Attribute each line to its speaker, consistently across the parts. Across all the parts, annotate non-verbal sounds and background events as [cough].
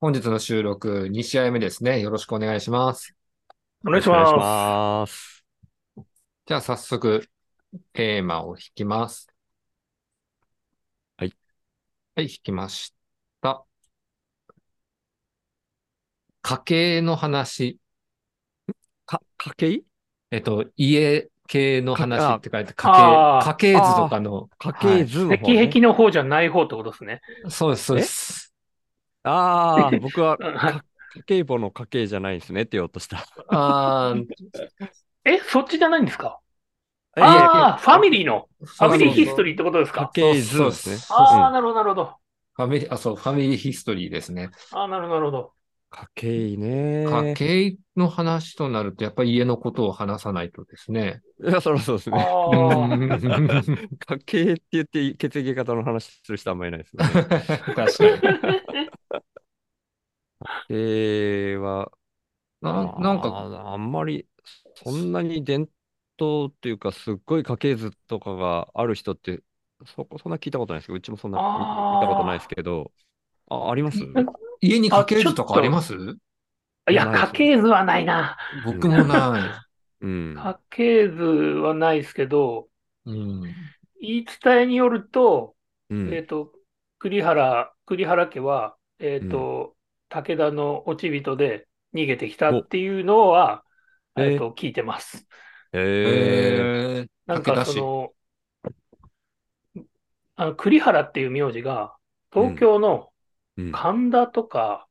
Speaker 1: 本日の収録2試合目ですね。よろしくお願いします。
Speaker 2: お願いします。
Speaker 3: お願いします。
Speaker 1: じゃあ早速、テーマを引きます。
Speaker 3: はい。
Speaker 1: はい、引きました。家計の話、
Speaker 3: か、家計
Speaker 1: えっと、家系の
Speaker 3: か
Speaker 1: 話
Speaker 3: あ
Speaker 1: って書いて、
Speaker 2: あ
Speaker 1: 家
Speaker 2: ー
Speaker 1: 計、家系図とかの、
Speaker 3: 家計図の
Speaker 2: 石
Speaker 3: 方、ね
Speaker 2: 壁の方じゃない方ってことですね。
Speaker 1: そうです、そうです。
Speaker 3: ああ、僕は
Speaker 2: うんはい
Speaker 3: 家計簿の家計じゃないんですねって言おうとした。
Speaker 1: あー
Speaker 2: え、そっちじゃないんですか
Speaker 3: え
Speaker 2: ああ、ファミリーの、ファミリーヒスト
Speaker 1: リー。
Speaker 2: リーってことですか
Speaker 3: 家計図です
Speaker 1: そ
Speaker 3: ね。
Speaker 1: うそう
Speaker 2: ああ、
Speaker 3: うん
Speaker 2: なるほど、なるほど。
Speaker 1: ファミリー、あ、そう、ファミリーヒストリーですね。
Speaker 2: ああ、なるほど、なるほど。
Speaker 3: 家計ね。
Speaker 1: 家計の話となると、やっぱり家のことを話さないとですね。
Speaker 3: いや、そろそろですね。
Speaker 1: [laughs]
Speaker 2: ああ、
Speaker 3: 家計って言って血液型の話する人あんまりいないです
Speaker 1: [laughs]
Speaker 3: よね。
Speaker 1: 確かに。
Speaker 3: 家計は、
Speaker 1: ななん
Speaker 3: あ
Speaker 1: か、
Speaker 3: ーあんまり、そんなに伝統っていうか、すっごい家系図とかがある人って、そこ、そんな聞いたことないですけど、うちもそんな
Speaker 2: あー
Speaker 3: 見たことないですけど、あ、あります
Speaker 2: うん
Speaker 1: 家に家系図と
Speaker 2: あちょっ
Speaker 1: か
Speaker 2: と
Speaker 1: あります
Speaker 2: いや、家系図はないな。
Speaker 1: 僕もな
Speaker 3: うん。
Speaker 2: 家系図はないですけど、
Speaker 1: い。うん。
Speaker 2: 言い伝えによると、
Speaker 3: うん
Speaker 2: えっと、栗原、栗原家は、えっと、武田の落ち人で逃げてきたっていうのは、
Speaker 3: お
Speaker 2: えっと、聞いてます。
Speaker 1: え
Speaker 3: え
Speaker 1: ー、
Speaker 2: な
Speaker 1: 武
Speaker 2: んか
Speaker 1: 田氏
Speaker 2: その、あの栗原っていう名字が、東京の
Speaker 3: うん
Speaker 2: 神田とか、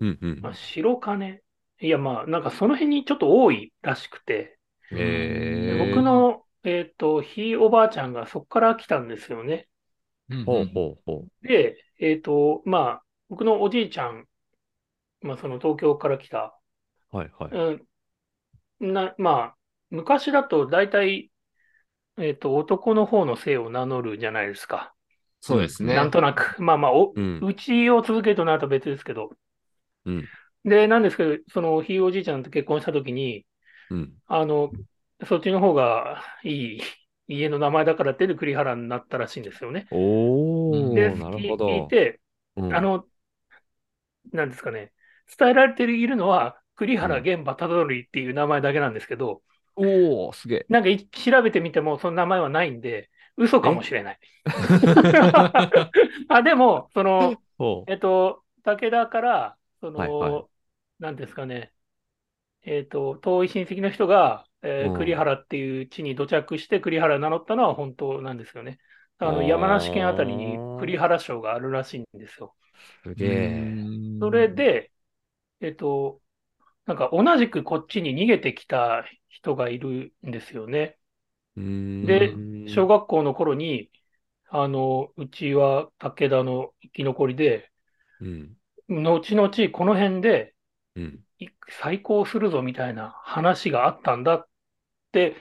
Speaker 3: うんうん
Speaker 2: まあ、白金、いやまあ、なんかその辺にちょっと多いらしくて、
Speaker 3: え
Speaker 2: で
Speaker 3: ー
Speaker 2: 僕の、えっと、ひいおばあちゃんがそこから来たんですよね。
Speaker 1: うん
Speaker 3: ほうほうほ
Speaker 2: で、えっと、まあ、僕のおじいちゃん、まあ、その東京から来た、
Speaker 3: う。はいはい。
Speaker 2: うん、な、まあ、昔だと大体、えっと、男の方の姓を名乗るじゃないですか。
Speaker 1: そうですね。
Speaker 2: なんとなく、まあまあ、お、
Speaker 3: うん。
Speaker 2: うちを続けるとなると別ですけど。
Speaker 3: うん
Speaker 2: で、なんですけど、その、ひいおじいちゃんと結婚したときに、
Speaker 3: うん。
Speaker 2: あの、そっちの方がいい家の名前だからってで栗原になったらしいんですよね。
Speaker 3: お
Speaker 2: で、
Speaker 3: ー、なるほど。
Speaker 2: 聞いて、
Speaker 3: うん
Speaker 2: あの、なんですかね、伝えられているのは、栗原玄馬忠則っていう名前だけなんですけど、
Speaker 3: おおすげえ。
Speaker 2: なんかい調べてみてもその名前はないんで、嘘かもしれない。
Speaker 3: [laughs]
Speaker 2: あ、でも、その、
Speaker 3: [laughs] ほう。
Speaker 2: えっと、武田から、その、
Speaker 3: はいはい
Speaker 2: なんですかね、えっと、遠い親戚の人が、えー
Speaker 3: うん
Speaker 2: 栗原っていう地に土着して栗原を名乗ったのは本当なんですよね。あ
Speaker 3: あ
Speaker 2: の
Speaker 3: ー
Speaker 2: 山梨県あたりに栗原省があるらしいんですよ。
Speaker 3: すげえ。
Speaker 1: うん
Speaker 2: それ、で、えっと、なんか同じくこっちに逃げてきた人がいるんですよね。で
Speaker 3: で
Speaker 2: 小学校の頃に、あの、うちは武田の生き残りで、
Speaker 3: うん。
Speaker 2: 後々この辺で、
Speaker 3: うん。
Speaker 2: い再考するぞみたいな話があったんだって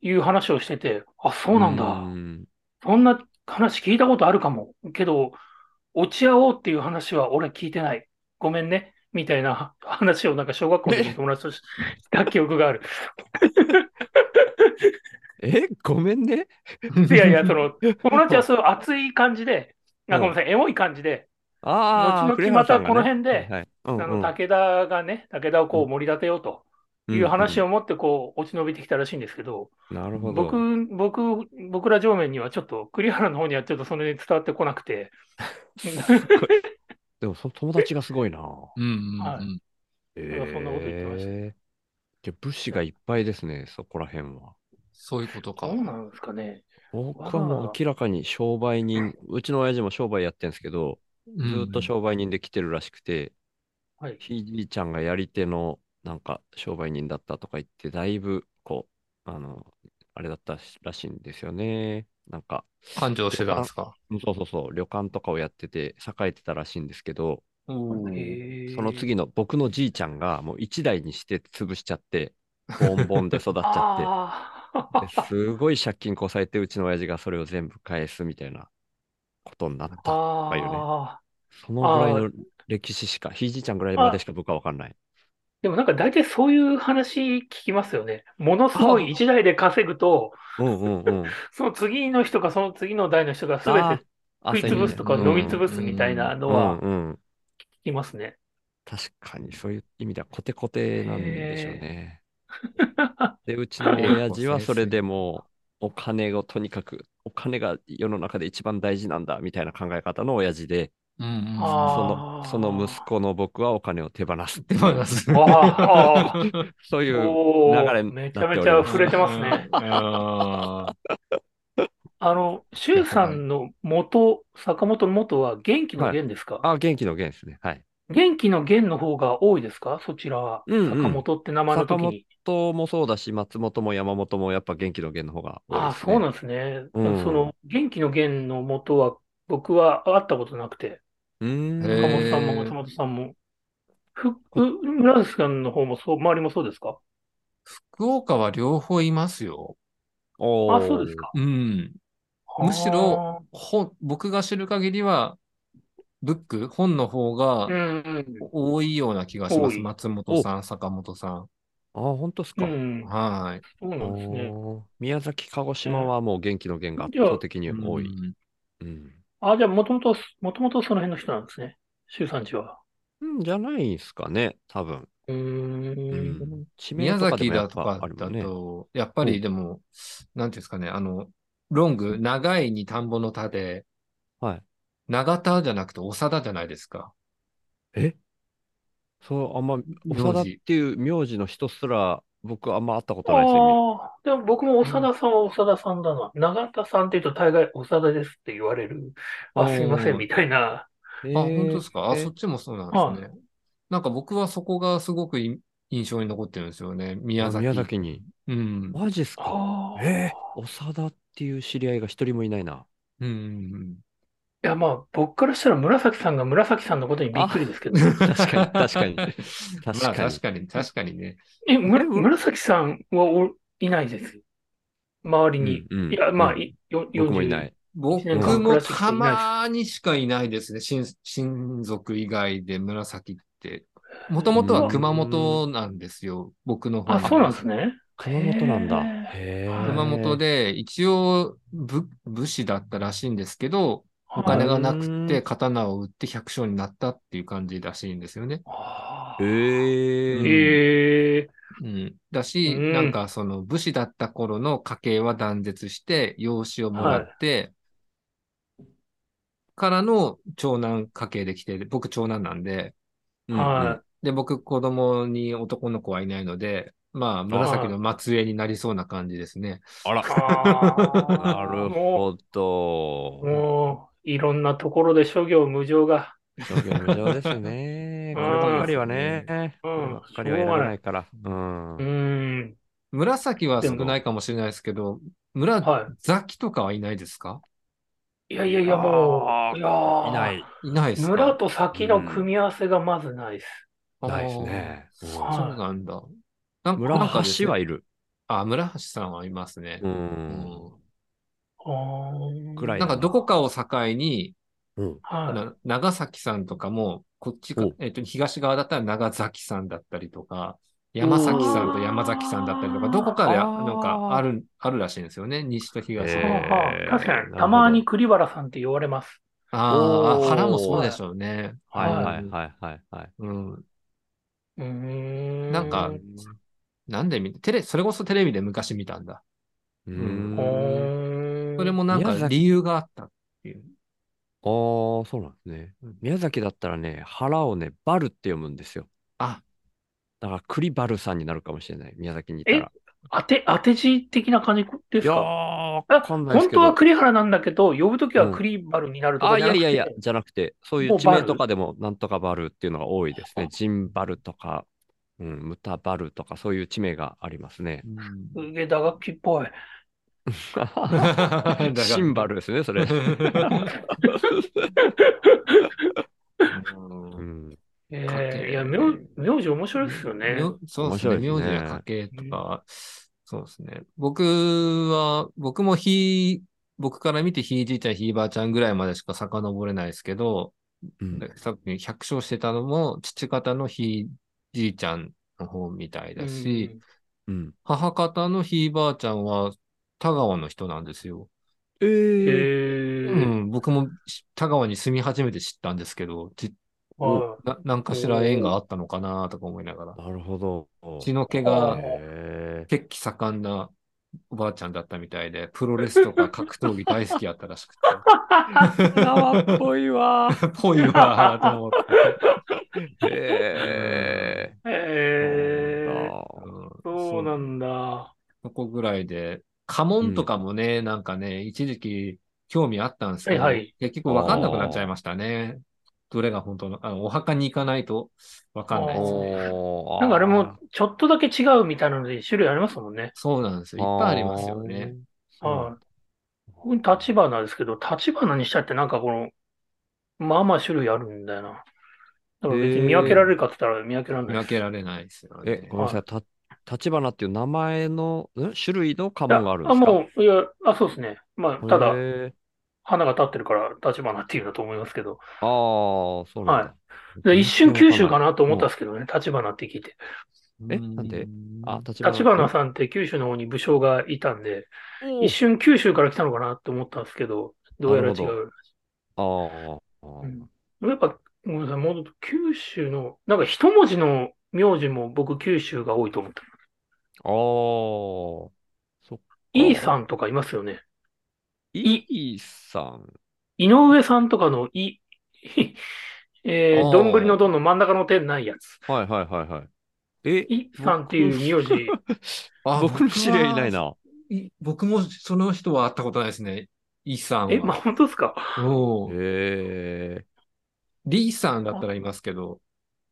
Speaker 2: いう話をしてて、あ、そうなんだ。
Speaker 3: うん
Speaker 2: そんな話聞いたことあるかも。けど、落ち合おうっていう話は俺聞いてない。ごめんね。みたいな話をなんか小学校の時に友達としした記憶が
Speaker 3: [laughs]
Speaker 2: ある。
Speaker 3: え、ごめんね。
Speaker 2: いやいや、その、友達はそういう熱い感じで、あ、ごめんなさい、エモい感じで、
Speaker 3: ああ、
Speaker 2: 後々
Speaker 3: 栗原さん
Speaker 2: また
Speaker 3: がね
Speaker 2: この辺で
Speaker 3: はいはいうん
Speaker 2: あ
Speaker 3: うん
Speaker 2: の、武田がね、武田をこう盛り立てようという話
Speaker 3: を。
Speaker 2: を持ってこう、落ち延びてきたらしいんですけど、
Speaker 3: なるほど。
Speaker 2: 僕、僕、僕ら上面にはちょっと、栗原の方にはちょっとそれで伝わってこなくて、
Speaker 3: でも、その友達がすごいな。
Speaker 1: うんうん
Speaker 2: は
Speaker 1: うん
Speaker 3: そ
Speaker 2: んそんなこと言ってました
Speaker 3: じゃあ物資がいっぱいですね、そこら辺は。
Speaker 1: そういうことか。
Speaker 2: どうなんですかね。
Speaker 3: 僕はもう明らかに商売人、うちの親父も商売やってんですけど、ずーっと商売人で来てるらしくて、
Speaker 2: はい。
Speaker 3: ひいじいちゃんがやり手のなんか商売人だったとか言って、だいぶこう、あの、あれだったらしいんですよね。なんか、
Speaker 1: 感情してたんですか。
Speaker 3: そうそうそう、旅館とかをやってて栄えてたらしいんですけど、
Speaker 2: へー
Speaker 3: その次の僕のじいちゃんがもう一代にして潰しちゃって、ボンボンで育っちゃって。
Speaker 2: あ
Speaker 3: [laughs] ですごい借金こさえて、うちの親父がそれを全部返すみたいなことになった。
Speaker 2: あ、
Speaker 3: ぱいいるね
Speaker 2: ああ、
Speaker 3: そのぐらいの歴史しか、ひいじいちゃんぐらいまでしか僕は分かんない。
Speaker 2: でもなんか大体そういう話聞きますよね。ものすごい一台で稼ぐと、
Speaker 3: うんうんうん。
Speaker 2: その次の人か [laughs] その次の代の人が全て
Speaker 3: あ
Speaker 2: 食い潰すとか
Speaker 3: 焦り
Speaker 2: 飲
Speaker 3: ね
Speaker 2: み潰すみたいなの
Speaker 3: う
Speaker 2: は
Speaker 3: んうん。
Speaker 2: きます
Speaker 3: [laughs]
Speaker 2: ね。
Speaker 3: 確かにそういう意味ではコテコテなんでしょうね。で、うち
Speaker 2: あ
Speaker 3: の
Speaker 2: り
Speaker 1: がとう
Speaker 3: 親父はそれでもうお金をとにかく、お金が世の中で一番大事なんだみたいな考え方の親父で、
Speaker 1: うんうん。
Speaker 2: あー
Speaker 3: そのその息子の僕はお金を手放すって
Speaker 1: 手
Speaker 3: いう
Speaker 1: 放す。
Speaker 2: わあ、ああ
Speaker 3: [laughs] そういう、
Speaker 2: おー
Speaker 3: 流れにな
Speaker 2: め
Speaker 3: っ
Speaker 2: ち
Speaker 3: ており
Speaker 2: ゃ
Speaker 3: ます
Speaker 2: め
Speaker 1: [laughs]
Speaker 2: ちゃ触れてますね。
Speaker 1: うん。あ
Speaker 2: あの、周さんの元、坂本の元は元気の元ですか
Speaker 3: あ、元気の元ですね。はい。
Speaker 2: 元気の元の方が多いですかそちらは。
Speaker 3: うんうん
Speaker 2: 坂本って名前の時に。
Speaker 3: ともそうだし、松本も山本もやっぱ元気の元の方が多い
Speaker 2: ああ、
Speaker 3: ですね。
Speaker 2: そうなんですね。
Speaker 3: うん
Speaker 2: その、元気の元の元は、僕は会ったことなくて、
Speaker 3: うーん
Speaker 1: へ
Speaker 2: 坂本さんも
Speaker 1: えー
Speaker 2: 松本さんも。ふ、ふ村瀬さんの方もそう、周りもそうですか
Speaker 1: 福岡は両方いますよ。
Speaker 3: お
Speaker 2: あ、
Speaker 3: ー
Speaker 2: そうですか。
Speaker 1: うん。むしろ本、僕が知る限りは、ブック、本の方が
Speaker 2: あー、うん
Speaker 1: 多いような気がしま
Speaker 2: 多
Speaker 1: す。
Speaker 2: い
Speaker 1: 松本さん、坂本さ
Speaker 3: あ、本当です
Speaker 2: う
Speaker 3: か。
Speaker 2: ん、うん
Speaker 1: ん。、はい。
Speaker 2: そうなんですね。
Speaker 3: おー宮崎、鹿児島はもう元気の元が圧
Speaker 2: じゃあ
Speaker 3: 倒的に多い。
Speaker 1: うん
Speaker 3: うん。
Speaker 2: あ、じゃあ、もともと、もともとその辺の人なんですね。周さんちは。
Speaker 3: うん、じゃないですかね、多分。
Speaker 2: うー。
Speaker 3: うんん、地名
Speaker 1: 宮
Speaker 3: とかで
Speaker 1: 崎
Speaker 3: もや
Speaker 1: だ
Speaker 3: っ
Speaker 1: と
Speaker 3: ぱ
Speaker 1: か
Speaker 3: あるも
Speaker 1: だ
Speaker 3: んね。
Speaker 1: と、やっぱりでも、なんていうんですかね、あの、ロング、長いに田んぼの田で、
Speaker 3: はい。
Speaker 1: 長田じゃなくて長田じゃないですか。
Speaker 3: えそう、あんま、
Speaker 1: 名字
Speaker 3: 長田っていう名字の人すら、僕あんま会ったことないですよ。
Speaker 2: ああ、でも僕も長田さんは長田さんだな。長田さんって言うと大概長田ですって言われる。
Speaker 3: お
Speaker 2: あ、
Speaker 3: ー
Speaker 2: すいません、みたいな。
Speaker 3: えー
Speaker 1: あ、本当ですか。あ、
Speaker 3: え
Speaker 1: そっちもそうなんですね。なんか僕はそこがすごくい印象に残ってるんですよね。宮崎。
Speaker 3: 宮崎に。
Speaker 1: うん。
Speaker 3: マジっすか。
Speaker 2: ああ。
Speaker 3: えー、長田っていう知り合いが一人もいないな。
Speaker 1: うんうん
Speaker 2: いや、まあ、僕からしたら紫さんが紫さんのことにびっくりですけ
Speaker 1: う
Speaker 2: ど。
Speaker 1: [laughs] ん。
Speaker 3: 確かに、確か
Speaker 2: [laughs]
Speaker 3: に。確
Speaker 1: まあ
Speaker 3: かに。
Speaker 1: 確かに、確かにね。
Speaker 2: え、むら紫さんはおいないです。周りに。
Speaker 3: うんうん
Speaker 2: いや、まあ、
Speaker 3: うん
Speaker 2: いよ
Speaker 3: 僕もいな
Speaker 2: 40
Speaker 3: い。
Speaker 1: 僕
Speaker 2: うん
Speaker 1: もたまにしかいないですね。親親族以外で紫って。もともとは熊本なんですよ。僕の方
Speaker 2: あ、
Speaker 1: は
Speaker 2: そうなんですね。
Speaker 3: 熊本なんだ。へー
Speaker 1: 熊本で、一応武、武士だったらしいんですけど、お金がなく
Speaker 3: は
Speaker 1: て
Speaker 3: い
Speaker 1: 刀を売って百姓になったっていう感じらしいんですよね。
Speaker 2: あ
Speaker 3: え
Speaker 2: ー
Speaker 1: うん
Speaker 3: ー。
Speaker 2: ええ
Speaker 1: うん、だし、
Speaker 2: うん
Speaker 1: なんかその武士だった頃の家計は断絶して、養子をもらって、からの長男家系で来て、僕長男なんで、
Speaker 3: うん
Speaker 2: は
Speaker 1: で、僕子供に男の子はいないので、まあ、紫の末裔になりそうな感じですね。
Speaker 3: あら
Speaker 2: い。。あー
Speaker 3: [laughs] なるほど。
Speaker 2: もう、いろんなところで諸行無常が。
Speaker 3: 諸行無常ですね。
Speaker 2: う
Speaker 3: こ
Speaker 2: ん
Speaker 3: ればっかりはね。
Speaker 2: う
Speaker 3: こ
Speaker 2: ん
Speaker 3: ればっかりは選べないから。うん
Speaker 2: う。ーん。
Speaker 1: 紫は少ないかもしれないですけど、紫
Speaker 2: は
Speaker 1: とかはいないですか
Speaker 2: い。いやいやいや、も
Speaker 3: あ
Speaker 2: う、
Speaker 3: ー
Speaker 2: いやー
Speaker 3: いない。
Speaker 1: いないですか
Speaker 2: 村と先の組み合わせがまずないです。
Speaker 3: ないですね。
Speaker 1: あー
Speaker 2: はい
Speaker 1: そうなんだ。なんか
Speaker 3: 村
Speaker 1: なんかですね
Speaker 3: 橋はいる。
Speaker 1: あ、村橋さんはいますね。
Speaker 3: うん。
Speaker 2: うん
Speaker 3: ぐら
Speaker 1: う
Speaker 3: い
Speaker 1: んなんかどこかを境に、
Speaker 2: は
Speaker 1: な長崎さんとかも、こっちか
Speaker 3: お、
Speaker 1: えっと、東側だったら長崎さんだったりとか、山崎さんと山崎さんだったりと
Speaker 2: あ
Speaker 1: か、
Speaker 2: ー
Speaker 1: どこかで、
Speaker 3: あ
Speaker 1: あ
Speaker 3: ー
Speaker 1: なんか、ある、あるらしいんですよね。西と
Speaker 2: い。
Speaker 1: 東
Speaker 3: へ
Speaker 1: で。
Speaker 2: はあはあ
Speaker 3: えー
Speaker 2: 確か
Speaker 3: なるほ
Speaker 2: に、
Speaker 3: ど
Speaker 2: たまに栗原さんって言われます。
Speaker 1: あー
Speaker 3: お
Speaker 1: あ、
Speaker 3: ー
Speaker 1: 原もそうでしょうね。
Speaker 3: はい
Speaker 2: はい
Speaker 3: はいはいはいはい。
Speaker 1: うん。
Speaker 2: うーん。
Speaker 1: なんかなんで見テレ、それこそテレビで昔見たんだ。
Speaker 3: う。
Speaker 2: うん
Speaker 3: あ
Speaker 2: ーん。
Speaker 1: それもなん
Speaker 3: 宮
Speaker 1: か
Speaker 3: 崎
Speaker 1: 理由があったっていう。
Speaker 3: あー、そうなんですね。宮崎だったらね、腹をね、バルって読むんですよ。
Speaker 1: あ、
Speaker 3: だから、栗バルさんになるかもしれない。宮崎にいたら。
Speaker 2: 当て、当て字的な感じで
Speaker 3: い
Speaker 2: す
Speaker 3: やー、
Speaker 2: か
Speaker 3: わ
Speaker 2: あ
Speaker 3: かんないです
Speaker 2: 本
Speaker 3: け
Speaker 2: 当
Speaker 3: ど。
Speaker 2: は栗原なんだけど、呼ぶとき
Speaker 3: う
Speaker 2: は
Speaker 3: ん
Speaker 2: 栗原になると
Speaker 3: あ、
Speaker 2: か
Speaker 3: い
Speaker 2: じゃな
Speaker 3: や
Speaker 2: く
Speaker 3: い
Speaker 2: て。
Speaker 3: やいや、じゃなくて、そうい
Speaker 2: も
Speaker 3: う
Speaker 2: う
Speaker 3: 地名
Speaker 2: バル
Speaker 3: とかでも、なんとかバルっていうのが多いですね。ジンバルとか、うん、ムタバルとか、そういう地名がありますね
Speaker 2: [laughs]
Speaker 1: う。
Speaker 3: [laughs]
Speaker 1: ん
Speaker 2: すげえ打楽器っぽい。
Speaker 3: シンバルですね、
Speaker 2: [laughs]
Speaker 3: それ。
Speaker 1: う
Speaker 3: うんん、
Speaker 2: え
Speaker 1: 家
Speaker 2: ー
Speaker 1: 系
Speaker 2: いや、名、名字面白いですよね。
Speaker 1: 名そうです
Speaker 3: 面白
Speaker 1: ね。
Speaker 3: いです
Speaker 1: 名
Speaker 3: ね
Speaker 1: 字や家系とか、そうですね。僕は、僕もひい、僕から見てひいじいちゃん、ひいばあちゃんぐらいまでしか遡れないですけど、
Speaker 3: うん
Speaker 1: さっき百姓してたのも、父方のひいじいちゃんの方みたいだし、
Speaker 3: うん。
Speaker 1: 母方のひいばあちゃんは田川の人なんですよ。
Speaker 3: え
Speaker 2: うん、え
Speaker 3: ー、
Speaker 1: う
Speaker 2: ー
Speaker 1: ん、僕もし田川に住み始めて知ったんですけど、じ
Speaker 2: は
Speaker 1: ななんかしら縁があったのかなとか思いながら。
Speaker 3: なるほど。
Speaker 1: 血の毛
Speaker 2: あ
Speaker 1: が
Speaker 2: ー [laughs]
Speaker 3: へ
Speaker 1: 血気盛んなおばあちゃんだったみたいで、プロレスとか格闘技大好きやったらしく
Speaker 2: [laughs]
Speaker 3: ー。縄っぽいわ。
Speaker 1: て、ぽいわーと思って。
Speaker 3: へ
Speaker 2: い。
Speaker 3: え
Speaker 2: えー、
Speaker 1: うん
Speaker 2: そうなんだ。
Speaker 1: そこぐらいで、家紋とかもね、なんかね、一時期興味あったんですけど、
Speaker 2: はいはい
Speaker 1: 結局わかんなくなっちゃいましたね。どれが本当の、あのお墓に行かないとわかんないですね。
Speaker 3: な
Speaker 2: なんかあれも、ちょっとだけ違うみたいなので、種類ありますもんね。
Speaker 1: そうなんですよ。いっぱいありますよね。。
Speaker 2: はい。僕に立花ですけど、立花にしたってなんかこの、まあまあ種類あるんだよな。だから別に見分けられるかって言ったら見分けられ
Speaker 1: 見
Speaker 2: ない
Speaker 1: 分けられないですよ
Speaker 3: え
Speaker 1: ね、。
Speaker 3: ごめんなさい。た、立花っていう名前の、ん種類の家紋があるん
Speaker 2: あ、
Speaker 3: ですか
Speaker 2: もう、いや、あ、そうですね。まあ、ただ、
Speaker 3: へー
Speaker 2: 花が立ってるから、立花っていうんだと思いますけど。
Speaker 3: ああ、そうなんだ。
Speaker 2: で一瞬九州かなと思ったんですけどね、立花って聞いて。
Speaker 3: えなんであ、立花。
Speaker 2: 立花さんって九州の方に武将がいたんで、
Speaker 3: お
Speaker 2: 一瞬九州から来たのかなと思ったんですけど、どうやら違
Speaker 3: なる
Speaker 2: う。
Speaker 3: ああ。
Speaker 2: うんやっぱ、ごめんなさい、もう九州の、なんか一文字の名字も僕九州が多いと思った。
Speaker 3: ああ。そっか。
Speaker 2: イーさんとかいますよね。
Speaker 3: いいさん。
Speaker 2: 井上さんとかのい、 [laughs] え
Speaker 3: あ
Speaker 2: ー、
Speaker 3: ー
Speaker 2: どんぶりのどんの真ん中の点ないやつ。
Speaker 3: はいはいはいはい。 [laughs] え、
Speaker 2: イさんっていう名字。
Speaker 1: あ
Speaker 3: 僕の知り合いいない。な。
Speaker 1: 僕はい僕もその人は会ったことないですね。イさんは。
Speaker 2: [laughs] え、まあ、本当ですか
Speaker 1: おう
Speaker 3: へえ。
Speaker 1: リーさんだったらいますけど、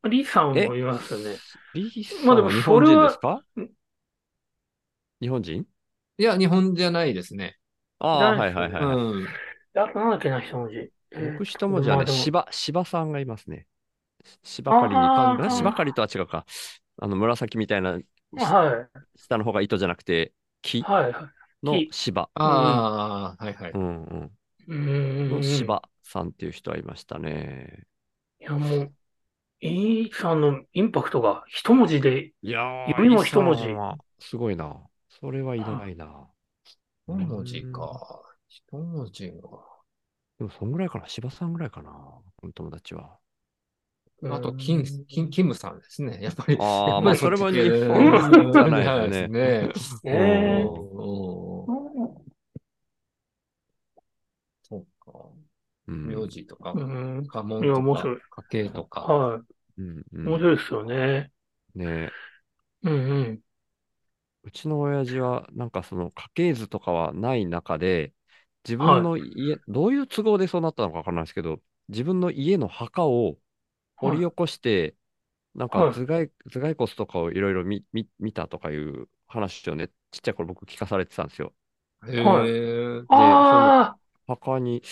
Speaker 2: リさんもいますよね。
Speaker 3: リーさん
Speaker 2: まあでも
Speaker 3: は日
Speaker 2: そ
Speaker 3: 本
Speaker 2: れ
Speaker 3: 人
Speaker 2: は
Speaker 3: ですか
Speaker 2: ん
Speaker 3: 日本人
Speaker 1: いや、日本じゃないですね。
Speaker 3: ああ、はいはいはい。
Speaker 1: うん。
Speaker 2: あとなんだっけな、一文字。えー
Speaker 3: 僕一文字は
Speaker 2: まあ
Speaker 3: ね、
Speaker 2: でも
Speaker 3: 芝、芝さんがいますね。芝刈りに
Speaker 2: あ
Speaker 1: ー
Speaker 3: ん芝刈りとは違うか。あの、紫みたいな、
Speaker 2: は
Speaker 3: 下の方が糸じゃなくて、
Speaker 2: い。
Speaker 3: 木
Speaker 2: はい。は
Speaker 3: の
Speaker 2: 木
Speaker 3: 芝。
Speaker 1: ああ、はいはい。
Speaker 3: うんうん。
Speaker 2: い。うんうんう
Speaker 3: の
Speaker 2: ん。い
Speaker 3: 芝さんっていう人はいましたね。
Speaker 2: や、もう、イさんのインパクトが一文字で、
Speaker 3: いやー
Speaker 2: 指も一文字
Speaker 3: イーサンはすごいな。それはいらないな。
Speaker 1: 一文字か。一文字が。
Speaker 3: でも、そんぐらいかな。芝さんぐらいかな。この友達は。
Speaker 1: あと、キン、キン、キムさんですね。やっぱり。
Speaker 3: あー
Speaker 1: やっぱり
Speaker 3: まあそれも日
Speaker 2: 本
Speaker 1: そっち系
Speaker 3: じゃないですね
Speaker 1: ないですね。
Speaker 2: ねえ
Speaker 3: うん
Speaker 1: おーそうか。
Speaker 3: うん
Speaker 1: 名字とか
Speaker 2: う、ん。
Speaker 1: 家紋
Speaker 2: いや
Speaker 1: と
Speaker 2: 面
Speaker 1: か、
Speaker 2: 白い
Speaker 1: 家系とか。
Speaker 2: は
Speaker 3: うんう
Speaker 2: い。
Speaker 3: ん
Speaker 2: 面白いですよね。
Speaker 3: ね
Speaker 2: うんうん。
Speaker 3: うちの親父は、なんかその家系図とかはない中で、自分の家、どういう都合でそうなったのかわからないですけど、自分の家の墓を掘り起こして、な
Speaker 2: は
Speaker 3: んか
Speaker 2: い
Speaker 3: 頭蓋、頭蓋骨とかをいろいろ見、見、見たとかいう話をね、ちっちゃい頃僕聞かされてたんですよ。
Speaker 1: へ
Speaker 2: はい
Speaker 1: え。
Speaker 2: あ
Speaker 3: 墓に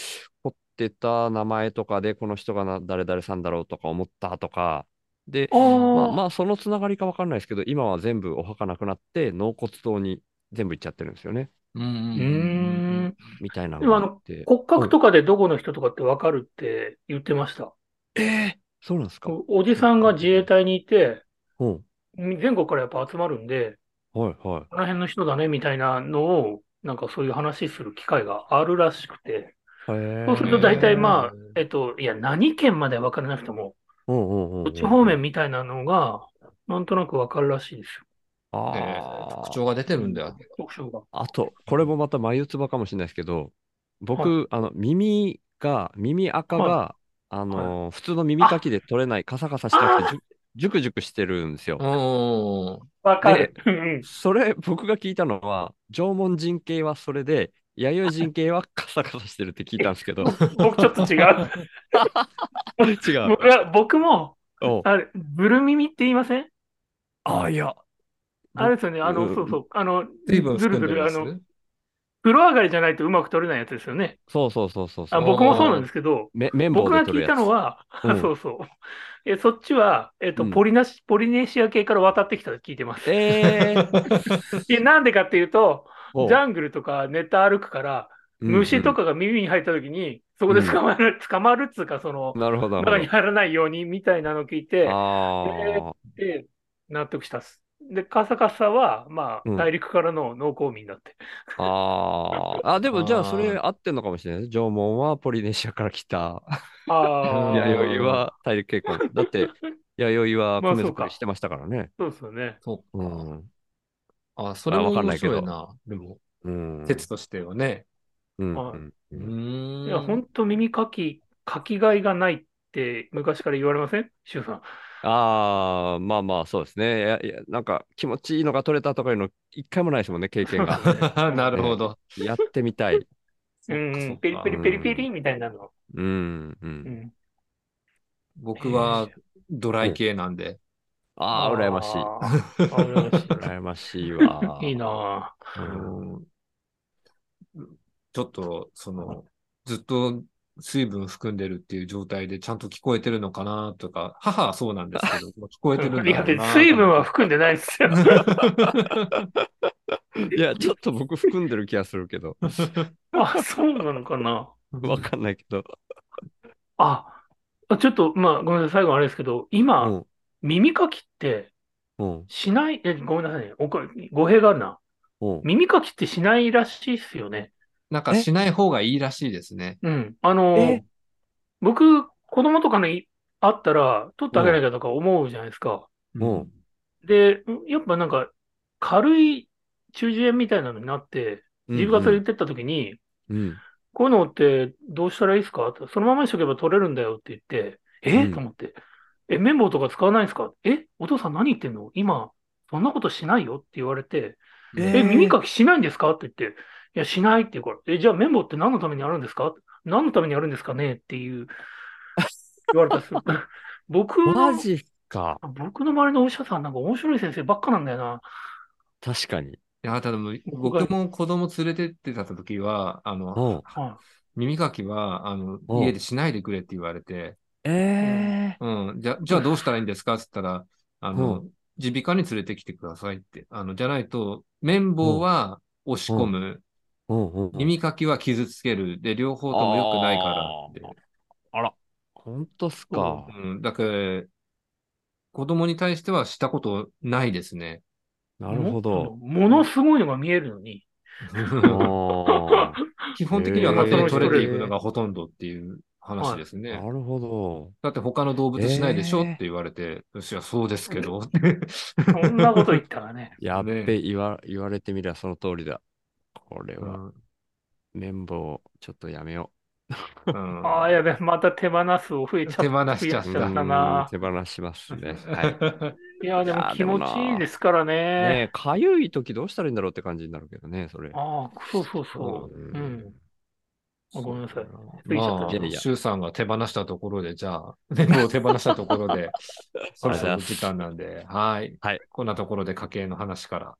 Speaker 3: 掘ってた名前とかで、この人がな誰々さんだろうとか思ったとか、で、
Speaker 2: あ、あ
Speaker 3: まあ、
Speaker 2: あ、
Speaker 3: まあそのつながりかわかんないですけど、今は全部お墓なくなって、納骨堂に全部行っちゃってるんですよね。
Speaker 1: うんう
Speaker 2: うんー
Speaker 1: うん
Speaker 2: ん。
Speaker 3: みたいな
Speaker 2: でもあ
Speaker 3: が
Speaker 2: の
Speaker 3: あって。
Speaker 2: 骨格とかでどこの人とかってわかるって言ってました。
Speaker 3: ええそうなんですか。
Speaker 2: おじさんが自衛隊にいて、
Speaker 3: うん。
Speaker 2: 全国からやっぱ集まるんで、
Speaker 3: はいはい。
Speaker 2: この辺の人だねみたいなのを、なんかそういう話する機会があるらしくて、
Speaker 3: へえ
Speaker 2: そうすると大体まあ
Speaker 1: へー、
Speaker 2: えっと、いや、何県まで分からなくても、
Speaker 3: うんうんうんうん。
Speaker 2: こっち方面みたいなのが、なんとなく分かるらしいです
Speaker 3: あ
Speaker 1: え
Speaker 3: あ
Speaker 1: ー。特徴が出てるんだよ。
Speaker 2: よ、特徴が。
Speaker 3: あと、これもまた眉唾かもしれないですけど、僕、あの、耳が、耳赤が、あのー普通の耳かきで取れない、カサカサしてなくて、ジュクジュクしてるんですよ。
Speaker 1: おー
Speaker 2: 分かる。うんうん
Speaker 3: それ、僕が聞いたのは、縄文人形はそれで、弥生人
Speaker 2: [laughs]
Speaker 3: 形はカサカサしてるって聞いたんですけど、
Speaker 2: 僕ちょっと違う。
Speaker 3: 違
Speaker 2: [laughs]
Speaker 3: う。
Speaker 2: 僕は僕も、
Speaker 3: お
Speaker 2: あれ、ブルミミって言いません
Speaker 3: ああ、いや。
Speaker 2: あれですよね、あ
Speaker 3: う
Speaker 2: の、
Speaker 3: ん
Speaker 2: そうそう、あの、
Speaker 1: 随分
Speaker 2: ず
Speaker 1: 含
Speaker 2: る
Speaker 1: んで
Speaker 2: ずる、
Speaker 1: る
Speaker 2: あ
Speaker 1: です
Speaker 2: の、
Speaker 1: ね。
Speaker 2: 風呂上がりじゃないとうまく取れないやつですよね。
Speaker 3: そうそうそうそうそ
Speaker 2: あ
Speaker 3: う。
Speaker 2: 僕もそうなんですけど、
Speaker 3: め綿棒
Speaker 2: 僕
Speaker 3: で
Speaker 2: が
Speaker 3: 取
Speaker 2: 聞
Speaker 3: る
Speaker 2: い
Speaker 3: や
Speaker 2: た
Speaker 3: つ。
Speaker 2: のは、
Speaker 3: う
Speaker 2: [laughs]
Speaker 3: ん
Speaker 2: そうそう。え、そっちは、えっと、
Speaker 3: うん
Speaker 2: ポリナシ、ポリネシア系から渡ってきたと聞いてます。
Speaker 3: ええ
Speaker 2: え、なんでかっていうと、[laughs]
Speaker 3: お
Speaker 2: ジャングルとかネタ歩くから、
Speaker 3: うん
Speaker 2: 虫とかが耳に入った時に、そこで捕まる、捕まるっつうか、その
Speaker 3: う、んなるほど、な
Speaker 2: 中に
Speaker 3: る
Speaker 2: 入らないようにみたいなのを聞い
Speaker 3: ほ
Speaker 2: て
Speaker 3: ど。、ああ。
Speaker 2: で納得したっす。で、カサカサは、ま
Speaker 3: う
Speaker 2: あ、
Speaker 3: ん
Speaker 2: 大陸からの農耕民だって。
Speaker 3: ああ。あ、でもじゃ
Speaker 1: あ
Speaker 3: あ
Speaker 1: ー
Speaker 3: それ合ってんのかもしれないです。縄文はポリネシアから来た。
Speaker 2: [laughs] ああ。
Speaker 1: いやいや
Speaker 3: 弥生は大陸結婚。だって、弥生は
Speaker 2: まあ
Speaker 3: 米
Speaker 2: そう
Speaker 3: 作
Speaker 2: か
Speaker 3: りしてましたからね。
Speaker 2: そうですよね。
Speaker 1: そう
Speaker 3: う
Speaker 1: か。
Speaker 3: ん。
Speaker 1: あ、それも
Speaker 3: わかんな
Speaker 1: 面
Speaker 3: いけど
Speaker 1: 白いな。でも、
Speaker 3: うん。
Speaker 1: 説としてはね。
Speaker 3: うん
Speaker 2: はい
Speaker 3: うん
Speaker 1: う
Speaker 3: うん
Speaker 1: ーん。
Speaker 2: いや、ほんと耳かき、かきがいがないって昔から言われませんシュウさん。
Speaker 3: ああ、まあまあ、そうですね。いや、いや、なんか気持ちいいのが取れたとかいうの、一回もないですもんね、経験
Speaker 2: [laughs]
Speaker 3: が。
Speaker 1: [laughs] なるほど。
Speaker 3: やってみたい。
Speaker 2: う
Speaker 1: そっ
Speaker 2: ん、
Speaker 1: か
Speaker 2: ペリペリペリペリみたいなの。
Speaker 3: うん、う。
Speaker 2: うんん。
Speaker 1: 僕はドライ系なんで。
Speaker 3: ああ、羨ましい。
Speaker 2: あー羨まし
Speaker 3: 羨ましいわ。
Speaker 2: [laughs] い。いいな
Speaker 3: う
Speaker 1: あ
Speaker 3: ん。
Speaker 1: のちょっと、その、ずっと水分含んでるっていう状態でちゃんと聞こえてるのかなとか、母はそうなんです
Speaker 2: [laughs]
Speaker 1: けど、もう聞こえてるん
Speaker 2: ぁ。
Speaker 1: だ
Speaker 2: いや、
Speaker 1: ろう
Speaker 2: 別
Speaker 1: な
Speaker 2: に水分は含んでないですよ。
Speaker 3: いや、ちょっと僕含んでる気がするけ
Speaker 1: [laughs]
Speaker 3: ど、
Speaker 2: あ、そうなのかな。
Speaker 3: わかんないけど。
Speaker 2: あ、ちょっと、まあ、ごめんなさい、最後あれですけど、今、
Speaker 3: うん、
Speaker 2: 耳かきって
Speaker 3: うん、
Speaker 2: しない、え、ごめんなさいね。おこ語弊があるな。
Speaker 3: うん。
Speaker 2: 耳かきってしないらしいっすよね。
Speaker 1: [laughs] なんかしない方がいいらしいですね。
Speaker 2: うん。あのー
Speaker 3: え、
Speaker 2: 僕、子供とかに会ったら、取ってあげなきゃとか思うじゃないですか。
Speaker 3: うん
Speaker 2: で、やっぱなんか、軽い中耳炎みたいなのになって、耳鼻科さん言ってった時に、
Speaker 3: うん。
Speaker 2: こういうのってどうしたらいいですかってそのままにしとけば取れるんだよって言って、え
Speaker 3: うん
Speaker 2: と思って、え、綿棒とか使わないんですかえ、お父さん何言ってんの今、そんなことしないよって言われて、え、
Speaker 3: えー
Speaker 2: 耳かきしないんですかって言って、いや、しないって言うから、え、じゃあ綿棒って何のためにあるんですか何のためにあるんですかねっていう、言われたんですよ。 [laughs] 僕の、
Speaker 3: マジか。
Speaker 2: 僕の周りのお医者さんなんか面白い先生ばっかなんだよな。
Speaker 3: 確かに。
Speaker 1: いや、ただもう僕も子供連れてってた時は、あの、
Speaker 3: うん。
Speaker 2: は
Speaker 1: 耳かきは、あの、
Speaker 3: うん
Speaker 1: 家でしないでくれって言われて、
Speaker 3: ええ
Speaker 1: うん、じゃ、じゃあどうしたらいいんですかって言ったら、あの、耳鼻科に連れてきてくださいって。あの、じゃないと、綿棒は押し込む、
Speaker 3: うんうんうん。
Speaker 1: 耳かきは傷つける、で、両方とも良くないからって。
Speaker 3: あら。ほんとっすか。
Speaker 1: うん、だから、子供に対してはしたことないですね。
Speaker 2: い。
Speaker 3: なるほど。
Speaker 2: も。ものすごいのが見えるのに、
Speaker 3: あ
Speaker 1: [laughs] 基本的には勝手に取れていくのがほとんどっていう話です
Speaker 3: ー
Speaker 1: ね。
Speaker 3: なるほど。
Speaker 1: だって他の動物しないでしょ
Speaker 3: え
Speaker 1: っ
Speaker 3: ー
Speaker 1: て言われて、私はそうですけ
Speaker 3: [laughs]
Speaker 1: ど。
Speaker 2: そんなこと言ったらね。
Speaker 3: やっ
Speaker 1: ね
Speaker 3: べ、言わ言われてみりゃその通りだ。これ
Speaker 1: う
Speaker 3: は、
Speaker 1: ん
Speaker 3: 綿棒、ちょっとやめよ
Speaker 1: うん
Speaker 2: ああ、やべ、また手放すを増えちゃった。
Speaker 1: 手放しちゃった
Speaker 2: 増や
Speaker 3: う。
Speaker 2: しちゃった
Speaker 3: うん
Speaker 2: な。
Speaker 3: 手放しますね。
Speaker 1: [laughs]
Speaker 3: はい。
Speaker 2: いや、でも気持ちいいですから
Speaker 3: ね
Speaker 2: ね。
Speaker 3: え、かゆいときどうしたらいいんだろうって感じになるけどね、それ。
Speaker 2: ああ、そうそうそう。
Speaker 3: う
Speaker 2: うん。あごめんなさい
Speaker 3: そうだ
Speaker 2: ついちゃった
Speaker 1: まあ、
Speaker 3: いやいや
Speaker 1: シュウさんが手放したところで、じゃあ、全部を手放したところ
Speaker 3: [laughs]
Speaker 1: で、そろそろ時間なんで、はい。
Speaker 3: はい
Speaker 1: こんなところで家計の話から、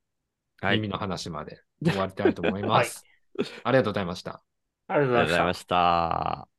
Speaker 3: はい
Speaker 1: 耳の話まで終わりたいと思います。ありがとうございました。
Speaker 2: ありがとう
Speaker 3: あ
Speaker 2: ござ
Speaker 3: りがとう
Speaker 2: いま
Speaker 3: ご
Speaker 2: し
Speaker 3: ざい
Speaker 2: た
Speaker 3: ま。した。